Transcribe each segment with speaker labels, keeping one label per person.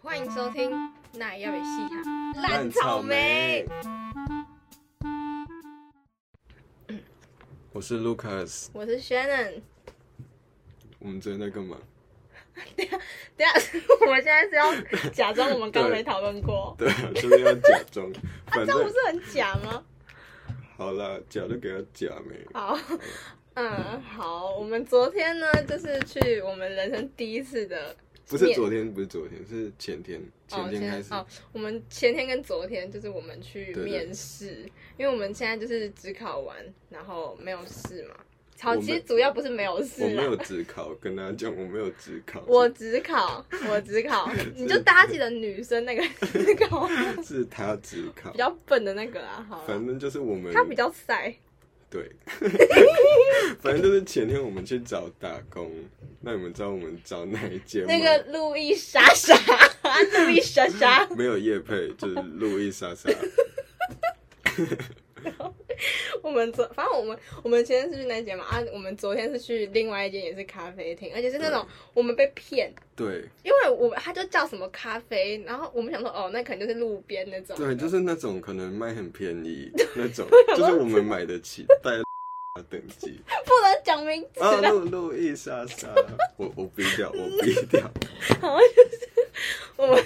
Speaker 1: 欢迎收听《那要被戏哈
Speaker 2: 烂草莓。
Speaker 3: 我是 Lucas，》，
Speaker 1: 我是 Shannon。
Speaker 3: 我们昨天在干嘛？
Speaker 1: 等一下，我们现在是要假装我们刚刚没讨论 过，
Speaker 3: 对啊，就是要假装，反
Speaker 1: 啊这样不
Speaker 3: 正
Speaker 1: 是很假吗？
Speaker 3: 好啦，假就给他假没。
Speaker 1: 好，嗯，好，我们昨天呢，就是去我们人生第一次的
Speaker 3: 不是昨天，不是昨天，是前天，前
Speaker 1: 哦，
Speaker 3: 天
Speaker 1: 现在
Speaker 3: 开始。
Speaker 1: 哦，我们前天跟昨天就是我们去
Speaker 3: 对对
Speaker 1: 面试，因为我们现在就是只考完，然后没有事嘛。好，
Speaker 3: 我
Speaker 1: 其实
Speaker 3: 们
Speaker 1: 主要不是没有事
Speaker 3: 我没有
Speaker 1: 啦，
Speaker 3: 只考，跟大家讲，我没有只考，
Speaker 1: 我只考，我只 考，你就搭起了女生那个 只考，
Speaker 3: 是是他只考
Speaker 1: 比，较笨的那个啊，好啦
Speaker 3: 反正就是我们
Speaker 1: 他比较晒，
Speaker 3: 对， 反正就是前天我们去找打工，那你们知道我们找哪一间吗？
Speaker 1: 那个路易莎莎，啊路易莎莎，
Speaker 3: 没有叶配，就是路易莎莎。
Speaker 1: 我们昨反正我们我们前天是去那间嘛啊，我们昨天是去另外一间也是咖啡厅，而且是那种我们被骗，
Speaker 3: 对
Speaker 1: 因为我们他就叫什么咖啡，然后我们想说哦，那可能就是路边那种。
Speaker 3: 对，就是那种可能卖很便宜 那种，就是我们买得起，带 等级。
Speaker 1: 不能讲名字
Speaker 3: 啊，
Speaker 1: 的。
Speaker 3: 路路易莎莎，我我逼掉，我逼掉。
Speaker 1: 我们，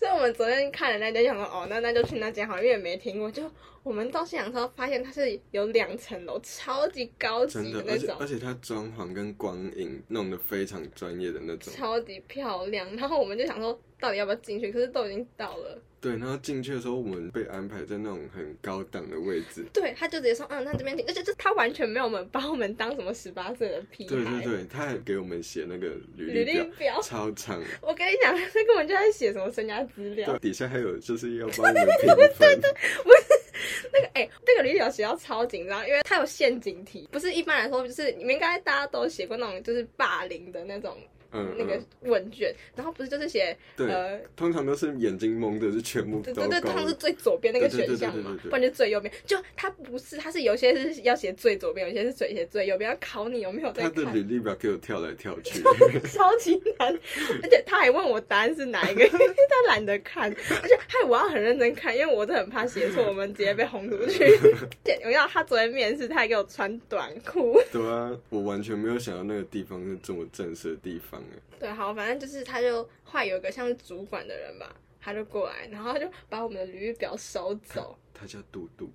Speaker 1: 所以我们昨天看了那间，想说哦，那那就去那间好，因为也没听过。就我们到现场之后，发现它是有两层楼，超级高级
Speaker 3: 真的，
Speaker 1: 那
Speaker 3: 而且
Speaker 1: 种
Speaker 3: 而，且它装潢跟光影弄得非常专业的那种。
Speaker 1: 超级漂亮。然后我们就想说，到底要不要进去？可是都已经到了。
Speaker 3: 对，然后进去的时候，我们被安排在那种很高档的位置。
Speaker 1: 对，他就直接说，嗯，那这边停，而且就他完全没有我们把我们当什么十八岁的屁孩。
Speaker 3: 对对对，他还给我们写那个
Speaker 1: 履
Speaker 3: 履历
Speaker 1: 历
Speaker 3: 表，
Speaker 1: 表，
Speaker 3: 超长。
Speaker 1: 我跟你讲，那根本就在写什么身家资料
Speaker 3: 对，。底下还有就是要 帮我们评分。
Speaker 1: 哎、那个履历表写到超紧张，因为它有陷阱题，不是一般来说，就是你们应该大家都写过那种就是霸凌的那种
Speaker 3: 嗯
Speaker 1: 那个
Speaker 3: 嗯，
Speaker 1: 问卷，然后不是就是写
Speaker 3: 对，
Speaker 1: 呃。
Speaker 3: 通常都是眼睛蒙着，是全部
Speaker 1: 对
Speaker 3: 都
Speaker 1: 对对，它
Speaker 3: 高
Speaker 1: 是。最左边那个选项嘛
Speaker 3: 对对对对对，对
Speaker 1: 不然就最右边。就它不是，它是有些是要写最左边，有些是写写最右边，要考你有没有在
Speaker 3: 他的
Speaker 1: 看，
Speaker 3: 履历表给我跳来跳 去，
Speaker 1: 超级难。而且他还问我答案是哪一个，因为他懒得看，而且害我要很认真看，因为我真的很怕写错，我们直接被轰出 去。而且我要他昨天面试，他还给我穿短裤，
Speaker 3: 对啊，我完全没有想到那个地方是这么正式的地方哎。
Speaker 1: 对，好，反正就是他就后来有一个像是主管的人吧，他就过来，然后他就把我们的履历表收走，
Speaker 3: 他叫杜杜，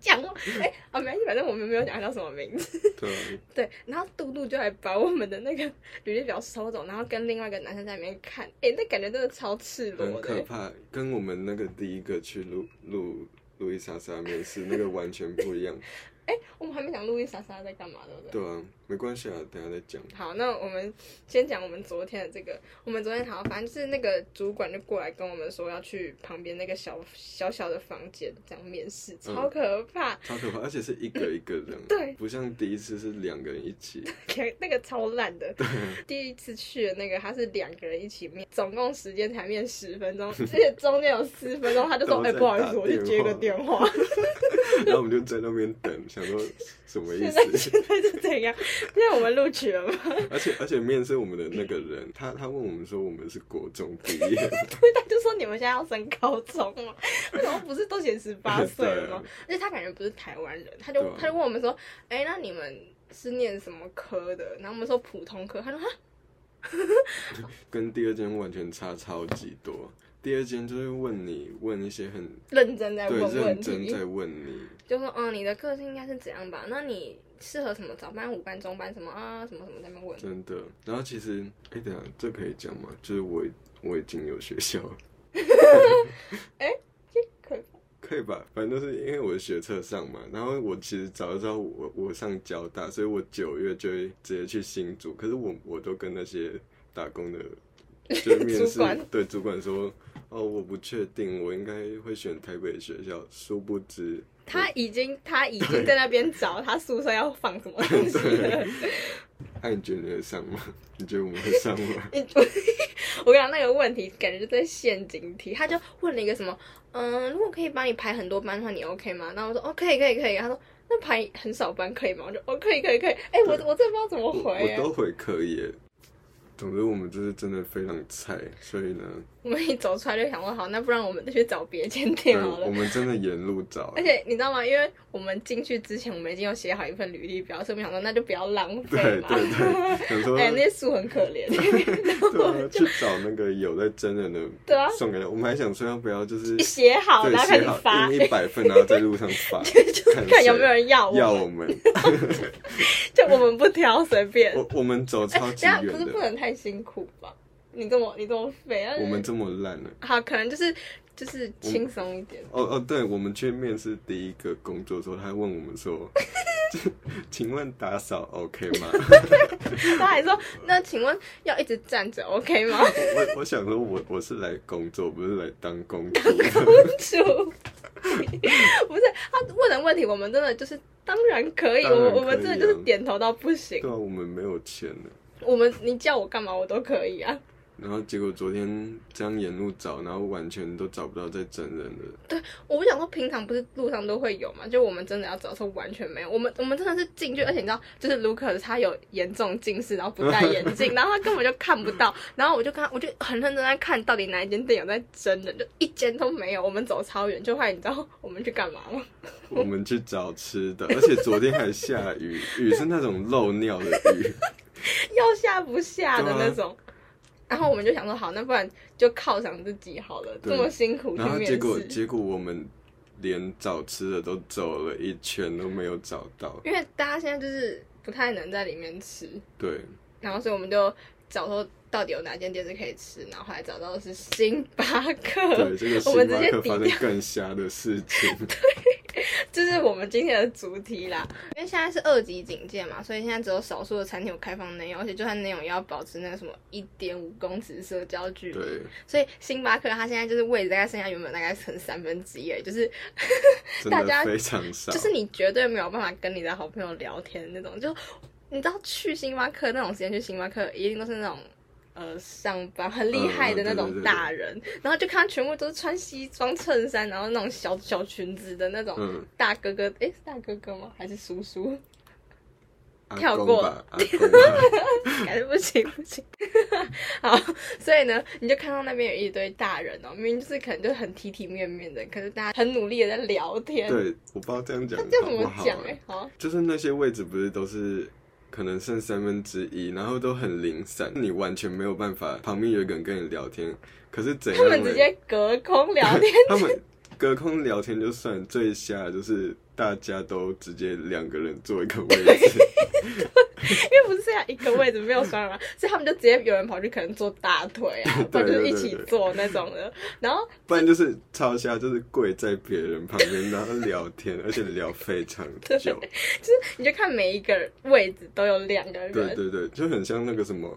Speaker 1: 讲话，哎、啊，没关系，反正我们没有讲他叫什么名字，
Speaker 3: 对啊，
Speaker 1: 对，然后杜杜就来把我们的那个 履历表收走，然后跟另外一个男生在那边看，哎、那感觉真的超赤裸
Speaker 3: 很
Speaker 1: 的
Speaker 3: 可，怕，跟我们那个第一个去录录路易莎莎面试那个完全不一样。
Speaker 1: 我们还没讲路易莎莎在干嘛，对不对？
Speaker 3: 对啊，没关系啊，等一下再讲。
Speaker 1: 好，那我们先讲我们昨天的这个，我们昨天好，反正就是那个主管就过来跟我们说要去旁边那个小小小的房间这样面试，
Speaker 3: 嗯
Speaker 1: 超可怕，
Speaker 3: 超可怕，而且是一个一个人，啊
Speaker 1: 对
Speaker 3: 不像第一次是两个人一起。
Speaker 1: 那个超烂的。 第一次去的那个，他是两个人一起面，总共时间才面十分钟，而且中间有四分钟，他就说：“
Speaker 3: 都
Speaker 1: 哎、
Speaker 3: 在
Speaker 1: 不好意思，
Speaker 3: 打
Speaker 1: 我去接个电
Speaker 3: 电
Speaker 1: 话。
Speaker 3: 然后我们就在那边等，想说什”么意
Speaker 1: 现在
Speaker 3: 思？
Speaker 1: 现在是怎样？现在我们录取了吗？
Speaker 3: 而且而且面试我们的那个人，他他问我们说我们是国中毕业的，
Speaker 1: 他就说：“你们现在要升高中吗？为什么不是都写十八
Speaker 3: 啊
Speaker 1: 岁了 吗？”而且他感觉不是台湾人，他就、
Speaker 3: 对啊
Speaker 1: 他就问我们说：“哎、那你们是念什么科的？”然后我们说普通科，他说：“哈，
Speaker 3: 跟第二间完全差超级多。第二间就是问你问一些很
Speaker 1: 认真在
Speaker 3: 对
Speaker 1: 问问
Speaker 3: 认
Speaker 1: 题。”
Speaker 3: 真在问你，
Speaker 1: 就说，嗯，你的个性应该是怎样吧？那你适合什么早班、午班、中班什么啊？什么什么在那边问。
Speaker 3: 真的。然后其实，哎、等一下这可以讲吗？就是我我已经有学校了，
Speaker 1: 可以
Speaker 3: 可以吧？反正都是因为我的学测上嘛。然后我其实早就知道我我上交大，所以我九月就会直接去新竹。可是我我都跟那些打工的， 就是面
Speaker 1: 主
Speaker 3: 试
Speaker 1: 管
Speaker 3: 对主管说，哦，我不确定，我应该会选台北的学校。殊不知，
Speaker 1: 他已经他已经在那边找他宿舍要放什么东西了。
Speaker 3: 哎、你觉得你会上吗？ 你觉得我们会上吗？
Speaker 1: 你我跟你讲那个问题，感觉就在陷阱题。他就问了一个什么，嗯，如果可以帮你排很多班的话，你 OK 吗？然后我说哦，可以可以可以。他说那排很少班可以吗？”我就：“哦，可以，可以，可以。哎，我我 这不知道怎么
Speaker 3: 我
Speaker 1: 回、
Speaker 3: 我
Speaker 1: 欸。
Speaker 3: 都回可以耶。总之，我们就是真的非常菜，所以呢，
Speaker 1: 我们一走出来就想说：“好，那不然我们去找别间
Speaker 3: 对
Speaker 1: 店好了。
Speaker 3: 我们真的沿路找
Speaker 1: 而，且你知道吗？因为我们进去之前，我们已经有写好一份履历表，所以我们想说那就不要浪 费
Speaker 3: 对对
Speaker 1: 嘛。
Speaker 3: 对，想说
Speaker 1: 哎、那些书很可怜。
Speaker 3: 对啊，去找那个有在真人的，
Speaker 1: 对啊
Speaker 3: 送给他。我们还想说要不要就是
Speaker 1: 写好，
Speaker 3: 对
Speaker 1: 然后开
Speaker 3: 写
Speaker 1: 始发
Speaker 3: 好，印一百份，然后在路上 发，
Speaker 1: 看有没有人要我。
Speaker 3: 谁要我们。
Speaker 1: 就我们不挑，随便。哎
Speaker 3: 我我们走超级
Speaker 1: 这样
Speaker 3: 远
Speaker 1: 不是不
Speaker 3: 的，
Speaker 1: 能太辛苦吧？你这么你这么肥，但是
Speaker 3: 我们这么烂啊呢、
Speaker 1: 好可能就是就是轻松一点。
Speaker 3: 哦哦，对，我们去面试第一个工作的时候，他还问我们说，请问打扫 OK 吗？
Speaker 1: 他还说，那请问要一直站着 OK 吗？
Speaker 3: 我我想说我，我是来工作，不是来 当工 具。
Speaker 1: 主，不是他问的问题，我们真的就是当然可以，
Speaker 3: 当然
Speaker 1: 我们我
Speaker 3: 可以啊
Speaker 1: 们真的就是点头到不行
Speaker 3: 对。啊，我们没有钱的。
Speaker 1: 我们你叫我干嘛我都可以啊。
Speaker 3: 然后结果昨天这样沿路找，然后完全都找不到在真人的。
Speaker 1: 我不想说，平常不是路上都会有嘛？就我们真的要找的时候完全没有，我们我们真的是进去，而且你知道，就是 Lucas 他有严重近视，然后不戴眼 镜，然后他根本就看不到。然后我就看，我就很认真在看到底哪一间店有在真人，就一间都没有。我们走超远，就怕你知道我们去干嘛吗？
Speaker 3: 我们去找吃的，而且昨天还下雨，雨是那种漏尿的雨，
Speaker 1: 要下不下的
Speaker 3: 对啊
Speaker 1: 那种。然后我们就想说，好，那不然就犒赏自己好了，这
Speaker 3: 对
Speaker 1: 么辛苦去
Speaker 3: 然后
Speaker 1: 面
Speaker 3: 结果
Speaker 1: 试。
Speaker 3: 结果我们连找吃的都走了一圈都没有找到，
Speaker 1: 因为大家现在就是不太能在里面吃，
Speaker 3: 对，
Speaker 1: 然后所以我们就找说到底有哪间店是可以吃，然后后来找到的是星巴克
Speaker 3: 对，，这个
Speaker 1: 我
Speaker 3: 星
Speaker 1: 们直
Speaker 3: 巴
Speaker 1: 接
Speaker 3: 克
Speaker 1: 抵
Speaker 3: 发生
Speaker 1: 掉，
Speaker 3: 更瞎的事情，
Speaker 1: 这是我们今天的主题啦。因为现在是二级警戒嘛，所以现在只有少数的餐厅有开放内用，而且就算内用也要保持那个什么一点五公尺社交距离。
Speaker 3: 对，
Speaker 1: 所以星巴克它现在就是位置大概剩下原本大概剩三分之一而已，就是
Speaker 3: 真
Speaker 1: 大
Speaker 3: 的
Speaker 1: 家
Speaker 3: 非常少
Speaker 1: 就，是你绝对没有办法跟你的好朋友聊天的那种。就你知道去星巴克那种时间去星巴克，一定都是那种呃上班很厉害的那
Speaker 3: 嗯对对
Speaker 1: 种
Speaker 3: 对
Speaker 1: 大人，然后就看他全部都是穿西装衬衫，然后那种小小裙子的那种
Speaker 3: 嗯，
Speaker 1: 大哥哥，诶，是大哥哥吗？还是叔叔？
Speaker 3: 阿
Speaker 1: 跳
Speaker 3: 公
Speaker 1: 过
Speaker 3: 吧，阿公 吧，
Speaker 1: 感觉不行不行。 好，所以呢，你就看到那边有一堆大人哦，明明就是可能就很体体面面的，可是大家很努力的在聊天。
Speaker 3: 对，我不知道这样讲
Speaker 1: 这
Speaker 3: 好
Speaker 1: 怎
Speaker 3: 不
Speaker 1: 么
Speaker 3: 好
Speaker 1: 讲哎、
Speaker 3: 欸，
Speaker 1: 好，
Speaker 3: 就是那些位置不是都是。可能剩三分之一，然后都很零散，你完全没有办法。旁边有一个人跟你聊天，可是怎
Speaker 1: 他
Speaker 3: 样嘞？
Speaker 1: 们直接隔空聊天，
Speaker 3: 他们隔空聊天就算，最下就是大家都直接两个人坐一个位 置，
Speaker 1: 因为不是剩下一个位置没有双 人嘛，所以他们就直接有人跑去可能坐大腿啊，或
Speaker 3: 对
Speaker 1: 者就
Speaker 3: 对
Speaker 1: 是
Speaker 3: 对
Speaker 1: 一起坐那种的。然后
Speaker 3: 不然就是超下就是跪在别人旁边，然后聊天，而且聊非常久。
Speaker 1: 你就看每一个位置都有两个人，
Speaker 3: 对对对，就很像那个什么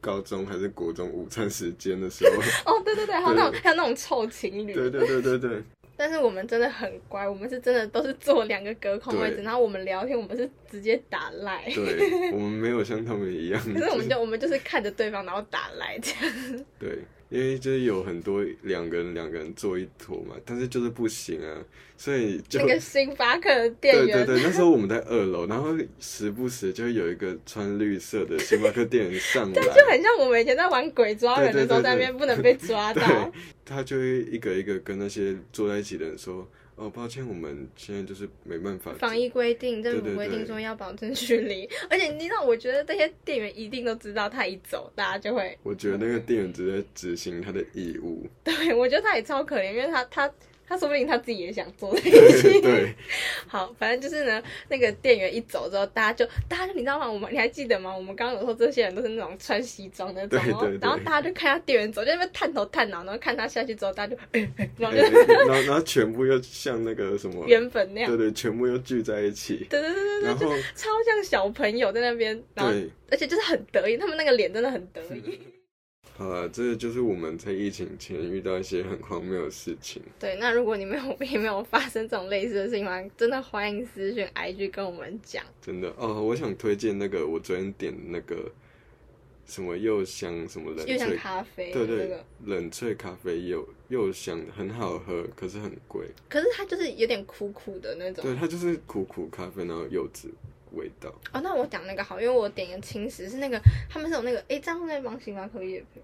Speaker 3: 高中还是国中午餐时间的时候。
Speaker 1: 哦，对对对，还有那种
Speaker 3: 对
Speaker 1: 还有那种臭情侣，
Speaker 3: 对对对对对，
Speaker 1: 但是我们真的很乖，我们是真的都是坐两个隔空位置，
Speaker 3: 对
Speaker 1: 然后我们聊天，我们是直接打赖。
Speaker 3: 对，我们没有像他们一样。
Speaker 1: 可是我们就我们就是看着对方，然后打赖这样。
Speaker 3: 对，因为就是有很多两个人两个人坐一坨嘛，但是就是不行啊，所以就
Speaker 1: 那个星巴克的店
Speaker 3: 对
Speaker 1: 员，
Speaker 3: 对对，那时候我们在二楼，然后时不时就会有一个穿绿色的星巴克店员上来，
Speaker 1: 就很像我们以前在玩鬼抓人的
Speaker 3: 对对
Speaker 1: 时候，
Speaker 3: 对对
Speaker 1: 在那边不能被抓到。
Speaker 3: 对，他就会一个一个跟那些坐在一起的人说：“哦，抱歉，我们现在就是没办法。”
Speaker 1: 防疫规定，政府
Speaker 3: 对对
Speaker 1: 规定
Speaker 3: 呃对
Speaker 1: 说要保证距离，而且你知道，我觉得这些店员一定都知道，他一走，大家就会。
Speaker 3: 我觉得那个店员只在执行他的义务，
Speaker 1: 对，我觉得他也超可怜，因为他他他说不定他自己也想做这个事
Speaker 3: 对
Speaker 1: 情。
Speaker 3: 对，
Speaker 1: 好，反正就是呢，那个店员一走之后，大家就大家就你知道吗？我们你还记得吗？我们刚刚有说这些人都是那种穿西装的那种，哦
Speaker 3: 对对对
Speaker 1: 然后然后大家就看他店员走，就在那边探头探脑，然后看他下去之后，大家 就，哎哎然后
Speaker 3: 哎
Speaker 1: 就
Speaker 3: 然后然后全部又像那个什么，
Speaker 1: 原本那样，
Speaker 3: 对对，全部又聚在一起，
Speaker 1: 对对对对对，
Speaker 3: 然后
Speaker 1: 超像小朋友在那边，然后
Speaker 3: 对，
Speaker 1: 而且就是很得意，他们那个脸真的很得意。
Speaker 3: 好了，这就是我们在疫情前遇到一些很荒谬的事情。
Speaker 1: 对，那如果你没有 也没有发生这种类似的事情吗？真的欢迎私讯 IG 跟我们讲。
Speaker 3: 真的哦，我想推荐那个我昨天点的那个什么柚香什么冷
Speaker 1: 又像
Speaker 3: 萃，
Speaker 1: 咖啡，
Speaker 3: 对
Speaker 1: 那
Speaker 3: 对
Speaker 1: 个，，
Speaker 3: 冷萃咖啡柚柚香很好喝，可是很贵。
Speaker 1: 可是它就是有点苦苦的那种。
Speaker 3: 对，它就是苦苦咖啡，然后柚子味道。
Speaker 1: 哦，那我讲那个好，因为我点一个轻食是那个，他们是有那个，诶，这样在帮星巴克夜配。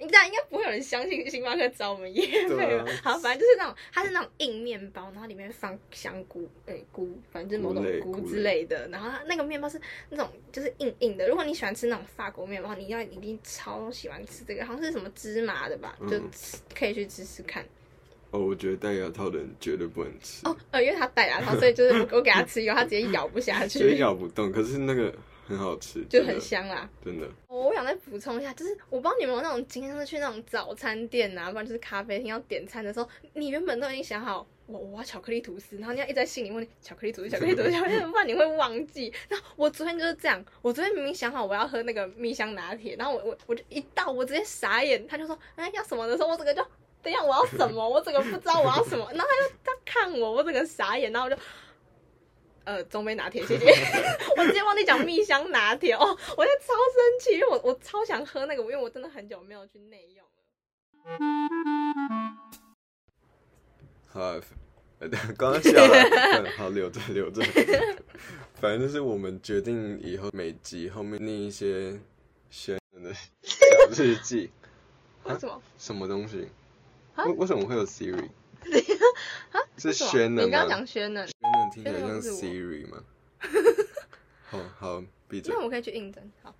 Speaker 1: 你知道应该不会有人相信星巴克找我们夜配吧？
Speaker 3: 对啊
Speaker 1: 好，反正就是那种，它是那种硬面包，然后里面放香菇，诶，菇，反正就是某
Speaker 3: 菇类
Speaker 1: 种菇之类的。然后它那个面包是那种就是硬硬的。如果你喜欢吃那种法国面包，你要一定超喜欢吃这个，好像是什么芝麻的吧，
Speaker 3: 嗯
Speaker 1: 就吃可以去吃吃看。
Speaker 3: 哦，我觉得戴牙套的人绝对不能吃，
Speaker 1: 哦，呃，因为他戴牙套，所以就是我我给他吃以后，他直接咬不下
Speaker 3: 所以
Speaker 1: 去，
Speaker 3: 咬不动。可是那个很好吃，
Speaker 1: 就
Speaker 3: 真的
Speaker 1: 很香啦。
Speaker 3: 真的。
Speaker 1: 哦我想再补充一下，就是我不知道你们有没有那种经验，就是去那种早餐店啊，不然就是咖啡厅要点餐的时候，你原本都已经想好，我我要巧克力吐司，然后你要一直在心里问你巧克力吐司，巧克力吐司，巧克力吐司，不然你会忘记。然后我昨天就是这样，我昨天明明想好我要喝那个蜜香拿铁，然后我我我就一到我直接傻眼，他就说，哎要什么的时候，我整个就。等一下，我要什么？我整个不知道我要什么，然后他就他看我，我整个傻眼，然后我就，呃，中杯拿铁，谢谢。 我直接忘记讲蜜香拿铁哦，我在超生气，因为我我超想喝那个，因为我真的很久没有去内用了。
Speaker 3: 好 啊，呃刚刚笑了， 嗯好留着留着。反正就是我们决定以后每集后面念一些轩的小日 记，啊
Speaker 1: 为什么？
Speaker 3: 什么东西？
Speaker 1: 啊
Speaker 3: 为为什么会 有 Siri？是啊
Speaker 1: 为什么
Speaker 3: 轩的
Speaker 1: 你刚
Speaker 3: 吗？
Speaker 1: 刚讲轩能，
Speaker 3: 轩的听起来
Speaker 1: 轩的
Speaker 3: 像
Speaker 1: 不是我
Speaker 3: Siri 吗？好好，闭嘴
Speaker 1: 那。我可以去应征。好，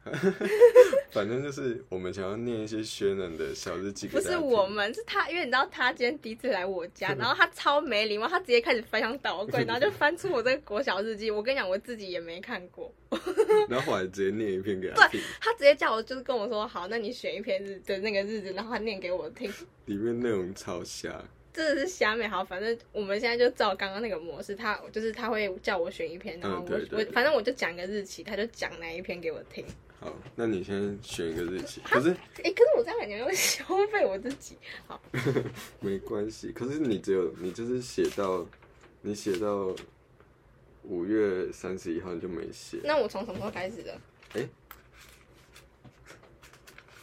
Speaker 3: 反正就是我们想要念一些轩然的小日记给
Speaker 1: 不
Speaker 3: 大家
Speaker 1: 是
Speaker 3: 听
Speaker 1: 我，们，是他，因为你知道他今天第一次来我家，然后他超没礼貌，他直接开始翻箱倒 柜，然后就翻出我这个国小日记。我跟你讲，我自己也没看过。
Speaker 3: 然后我还直接念一篇给他听，
Speaker 1: 他直接叫我，就是跟我说，好，那你选一篇日的那个日子，然后他念给我听。
Speaker 3: 里面内容超瞎。
Speaker 1: 真的是虾妹好，反正我们现在就照刚刚那个模式，他就是他会叫我选一篇，然后
Speaker 3: 嗯
Speaker 1: 我、
Speaker 3: 对对
Speaker 1: 我
Speaker 3: 对
Speaker 1: 反正我就讲个日期，他就讲哪一篇给我听。
Speaker 3: 好，那你先选一个日期，可是
Speaker 1: 哎、可是我这样感觉会消费我自己。好，
Speaker 3: 没关系，可是你只有你就是写到你写到五月三十一号你就没写，
Speaker 1: 那我从什么时候开始的？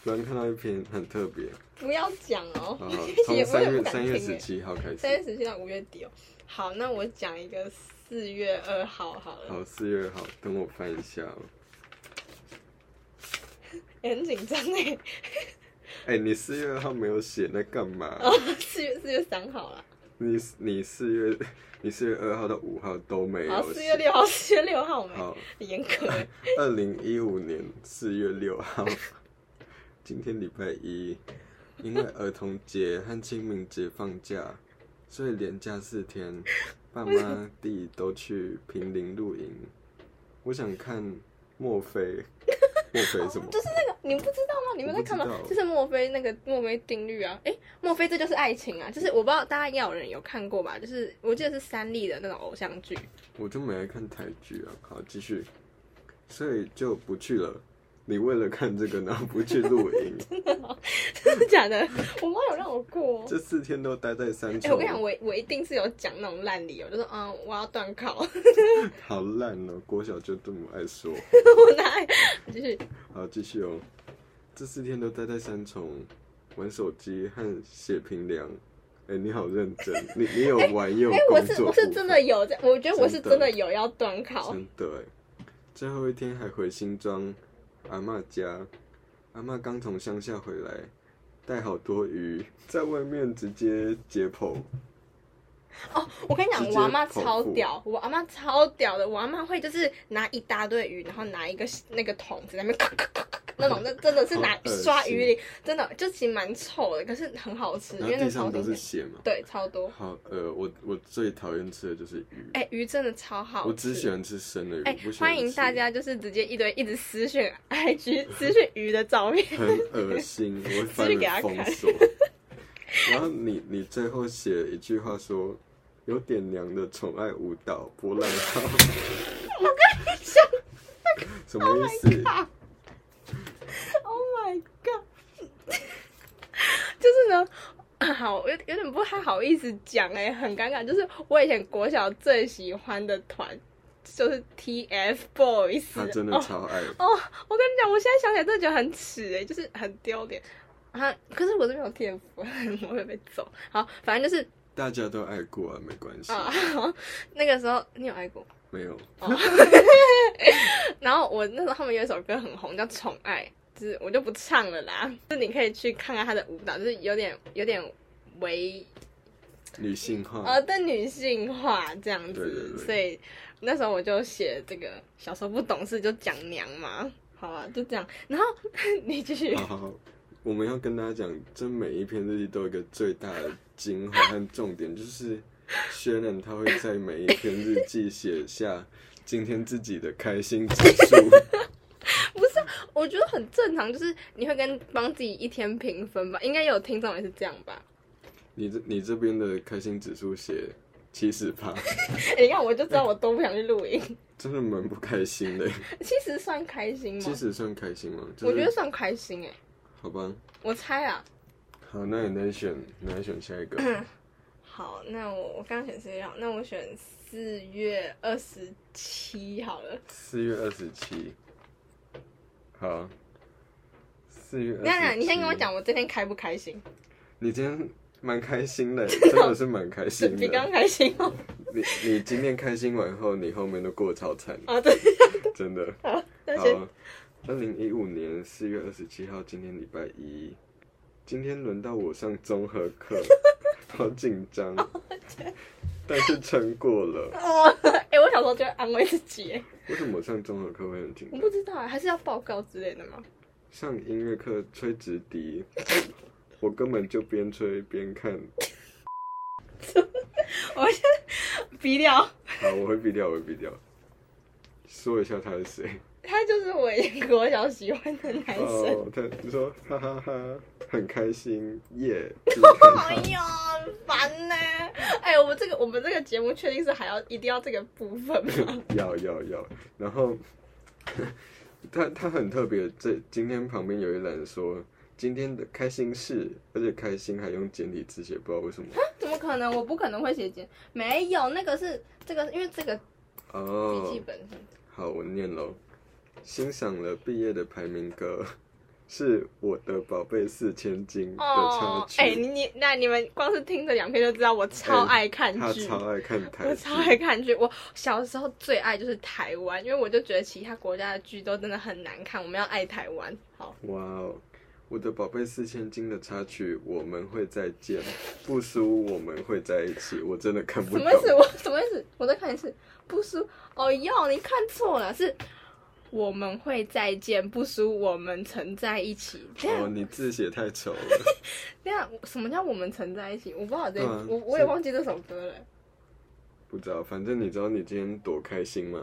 Speaker 3: 突然看到一篇很特别，
Speaker 1: 不要讲哦
Speaker 3: 好 好，
Speaker 1: 也
Speaker 3: 从
Speaker 1: 我也
Speaker 3: 三
Speaker 1: 不
Speaker 3: 月
Speaker 1: 敢
Speaker 3: 三月
Speaker 1: 听
Speaker 3: 十
Speaker 1: 哎。
Speaker 3: 七号开
Speaker 1: 三月
Speaker 3: 始，
Speaker 1: 十七到五月底哦。好，那我讲一个四月二号好了。
Speaker 3: 好四月号，等我翻一下哦。
Speaker 1: 欸很紧张哎。
Speaker 3: 哎、你四月二号没有写，那干嘛？
Speaker 1: 哦，四月四月三号啦。
Speaker 3: 你你四月你四月二号到五号都没
Speaker 1: 好，
Speaker 3: 有
Speaker 1: 四月
Speaker 3: 写。
Speaker 1: 六号，四月六号我们
Speaker 3: 好，
Speaker 1: 很严格欸。
Speaker 3: 二零一五年四月六号， 今天礼拜一，因为儿童节和清明节放假，所以连假四天，爸妈弟都去平林露营。我想看 墨菲，墨菲是什么？
Speaker 1: 就是那个，你不知道吗？你们在看吗
Speaker 3: 我不知？道
Speaker 1: 就是墨菲那个墨菲定律啊。诶，墨菲这就是爱情啊。就是我不知道大家应该有人有看过吧？就是我记得是三立的那种偶像剧。
Speaker 3: 我就没来看台剧啊。好，继续，所以就不去了。你为了看这个，然后不去露 营，
Speaker 1: 真的假的？我妈有让我过哦。
Speaker 3: 这四天都待在山
Speaker 1: 哎、
Speaker 3: 丘
Speaker 1: 我跟你，讲，我我一定是有讲那种烂理由，就说嗯，我要断 考，
Speaker 3: 好烂哦！国小就这么爱说。
Speaker 1: 我哪就是
Speaker 3: 好，继续哦。这四天都待在山丛，玩手机和写评量。哎、你好认真，你你有玩也有
Speaker 1: 哎、我
Speaker 3: 工
Speaker 1: 是
Speaker 3: 作部分、
Speaker 1: 我是真的有在，我觉得我是真的
Speaker 3: 真的
Speaker 1: 有要断考，
Speaker 3: 真的哎。最后一天还回新庄阿嬷家，阿嬷刚从乡下回来，带好多鱼，在外面直接解剖。
Speaker 1: 我跟你讲，
Speaker 3: 直接
Speaker 1: 我阿妈
Speaker 3: 口
Speaker 1: 超
Speaker 3: 腹
Speaker 1: 屌，我阿妈超屌的，我阿妈会就是拿一大堆鱼，然后拿一个那个桶子在那边 那种，那真的是拿
Speaker 3: 好恶心
Speaker 1: 刷鱼鳞，真的就其实蛮臭的，可是很好吃，因
Speaker 3: 然
Speaker 1: 为
Speaker 3: 后
Speaker 1: 那
Speaker 3: 地
Speaker 1: 超
Speaker 3: 上都
Speaker 1: 新
Speaker 3: 是
Speaker 1: 鲜，
Speaker 3: 血嘛。
Speaker 1: 对，超多。
Speaker 3: 好，呃，我我最讨厌吃的就是鱼，
Speaker 1: 哎、鱼真的超好吃，
Speaker 3: 我只喜欢吃生的鱼，
Speaker 1: 哎、
Speaker 3: 我不喜欢
Speaker 1: 欢迎
Speaker 3: 吃
Speaker 1: 大家就是直接一堆一直私讯 IG 私讯鱼的照片，
Speaker 3: 很恶心，我会把
Speaker 1: 继续给他
Speaker 3: 你
Speaker 1: 看
Speaker 3: 封锁。然后你你最后写了一句话说，有点娘的宠爱舞蹈波浪号。我跟你讲，什么意思？
Speaker 1: Oh my god！就是呢， 好，我有有欸点不太好意思讲哎、很尴尬。就是我以前国小最喜欢的团就是 TFBOYS，
Speaker 3: 他真的
Speaker 1: 哦
Speaker 3: 超爱。
Speaker 1: 哦，我跟你讲，我现在想起来真的觉得很耻哎、就是很丢脸啊！可是我是没有天赋， 我会被揍。好，反正就是
Speaker 3: 大家都爱过啊，没关系，
Speaker 1: 啊、 那个时候你有爱过？
Speaker 3: 没有
Speaker 1: 然后我那时候他们有一首歌很红，叫《宠爱》，就是我就不唱了啦。就是你可以去看看他的舞蹈，就是有点有点唯
Speaker 3: 女性化。
Speaker 1: 呃的女性化这样子，
Speaker 3: 嗯对对对
Speaker 1: 所以那时候我就写这个小时候不懂事就讲娘嘛，好吧，就这样。然后你继续
Speaker 3: 好好好，我们要跟大家讲，这每一篇日记都有一个最大的精华和重点，就是轩然他会在每一篇日记写下今天自己的开心指 数。
Speaker 1: 我觉得很正常，就是你会跟帮自己一天评分吧，应该有听众也是这样吧。
Speaker 3: 你这你这边的开心指数写七十八，
Speaker 1: 你看我就知道我都不想去露营，
Speaker 3: 真的蛮不开心 的。
Speaker 1: 其实算开心吗
Speaker 3: 七？十算开心吗？就是、
Speaker 1: 我觉得算开心哎、
Speaker 3: 好吧。
Speaker 1: 我猜啊。
Speaker 3: 好，那你来选，你来选下一个。
Speaker 1: 好，那我我刚刚选四月号，那我选四月二十七好了。
Speaker 3: 四月二十七。好。四月27。
Speaker 1: 那那，你先跟我讲，我这天开不开心？
Speaker 3: 你今天蛮开 心的，真的是蛮开
Speaker 1: 是
Speaker 3: 心
Speaker 1: 哦 比刚刚。
Speaker 3: 的
Speaker 1: 开心哦。
Speaker 3: 你你今天开心完后，你后面都过得 超惨，
Speaker 1: 啊，对，
Speaker 3: 真的。
Speaker 1: 好，那先
Speaker 3: 好，二零一五年四月二十七号，今天礼拜一，今天轮到我上综合 课，好紧张，但是撑过了。
Speaker 1: 哦，哎、我小时候就会安慰自己欸，
Speaker 3: 为什么上综合课会很紧
Speaker 1: 我
Speaker 3: 张
Speaker 1: 不？知道欸，还是要报告之类的吗？
Speaker 3: 上音乐课吹直笛，我根本就边吹边看。
Speaker 1: 我先逼掉。
Speaker 3: 好，我会毙掉，我会毙掉。说一下他是谁。
Speaker 1: 他就是我以前国小喜欢的男生。
Speaker 3: 哦，他你说哈哈哈，很开心耶。
Speaker 1: 哎呀，很烦呢、哎、我们这个我们这个节目确定是还要一定要这个部 分吗？
Speaker 3: 要要要，然后他他很特别，这今天旁边有一栏说今天的开心事，而且开心还用简体字写，不知道为什么。
Speaker 1: 怎么可能？我不可能会写简，没有那个是这个，因为这个笔
Speaker 3: 哦
Speaker 1: 记，本是
Speaker 3: 好，我念喽。欣赏了毕业的排名歌， 是我的宝贝四千金的插
Speaker 1: 哦，
Speaker 3: 曲。
Speaker 1: 哎、你你那你们光是听这两篇就知道我超爱看
Speaker 3: 哎他
Speaker 1: 剧。
Speaker 3: 超爱看台
Speaker 1: 我
Speaker 3: 剧
Speaker 1: 超，爱看剧，我小时候最爱就是台湾，因为我就觉得其他国家的剧都真的很难看，我们要爱台湾。好，
Speaker 3: 哇哦！我的宝贝四千金的插曲，我们会再见，不输我们会在一起。我真的看不
Speaker 1: 什
Speaker 3: 懂
Speaker 1: 么意思？我什么意思？我再看一次，不输哦哟，你看错了，是我们会再见，不输我们曾在一起。等一下
Speaker 3: 哦，你字写太丑了。
Speaker 1: 等一下，什么叫我们曾在一起？我不知道这、
Speaker 3: 对啊
Speaker 1: 我我也忘记这首歌了。
Speaker 3: 不知道，反正你知道你今天多开心吗？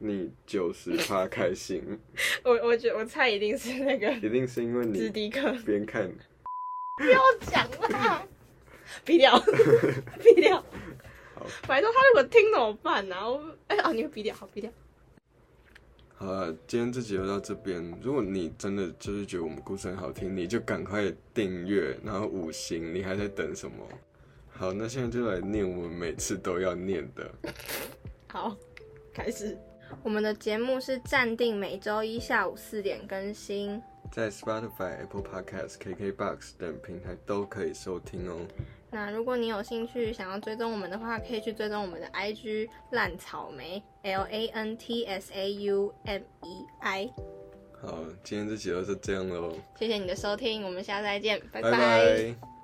Speaker 3: 你九十趴 开心，
Speaker 1: 我我觉我猜一定是那个
Speaker 3: 一定是因为
Speaker 1: 芝
Speaker 3: 你
Speaker 1: 迪克，
Speaker 3: 边看。
Speaker 1: 不讲啦， 逼掉， 逼掉
Speaker 3: 好。
Speaker 1: 反正他如果听怎么办呢、啊？我哎哦，你会逼掉，好逼掉。
Speaker 3: 好了，今天这集就到这边。如果你真的就是觉得我们故事很好听，你就赶快订阅，然后五星。你还在等什么？好，那现在就来念我们每次都要念的。
Speaker 1: 好，开始。我们的节目是暂定每周一下午四点更新，
Speaker 3: 在 Spotify、Apple Podcasts、KKBox 等平台都可以收听哦。
Speaker 1: 那如果你有兴趣想要追踪我们的话，可以去追踪我们的 IG 烂草莓 L A N T S A U M E I。
Speaker 3: 好，今天这集就是这样喽，
Speaker 1: 谢谢你的收听，我们下次再见，
Speaker 3: 拜
Speaker 1: 拜拜
Speaker 3: 拜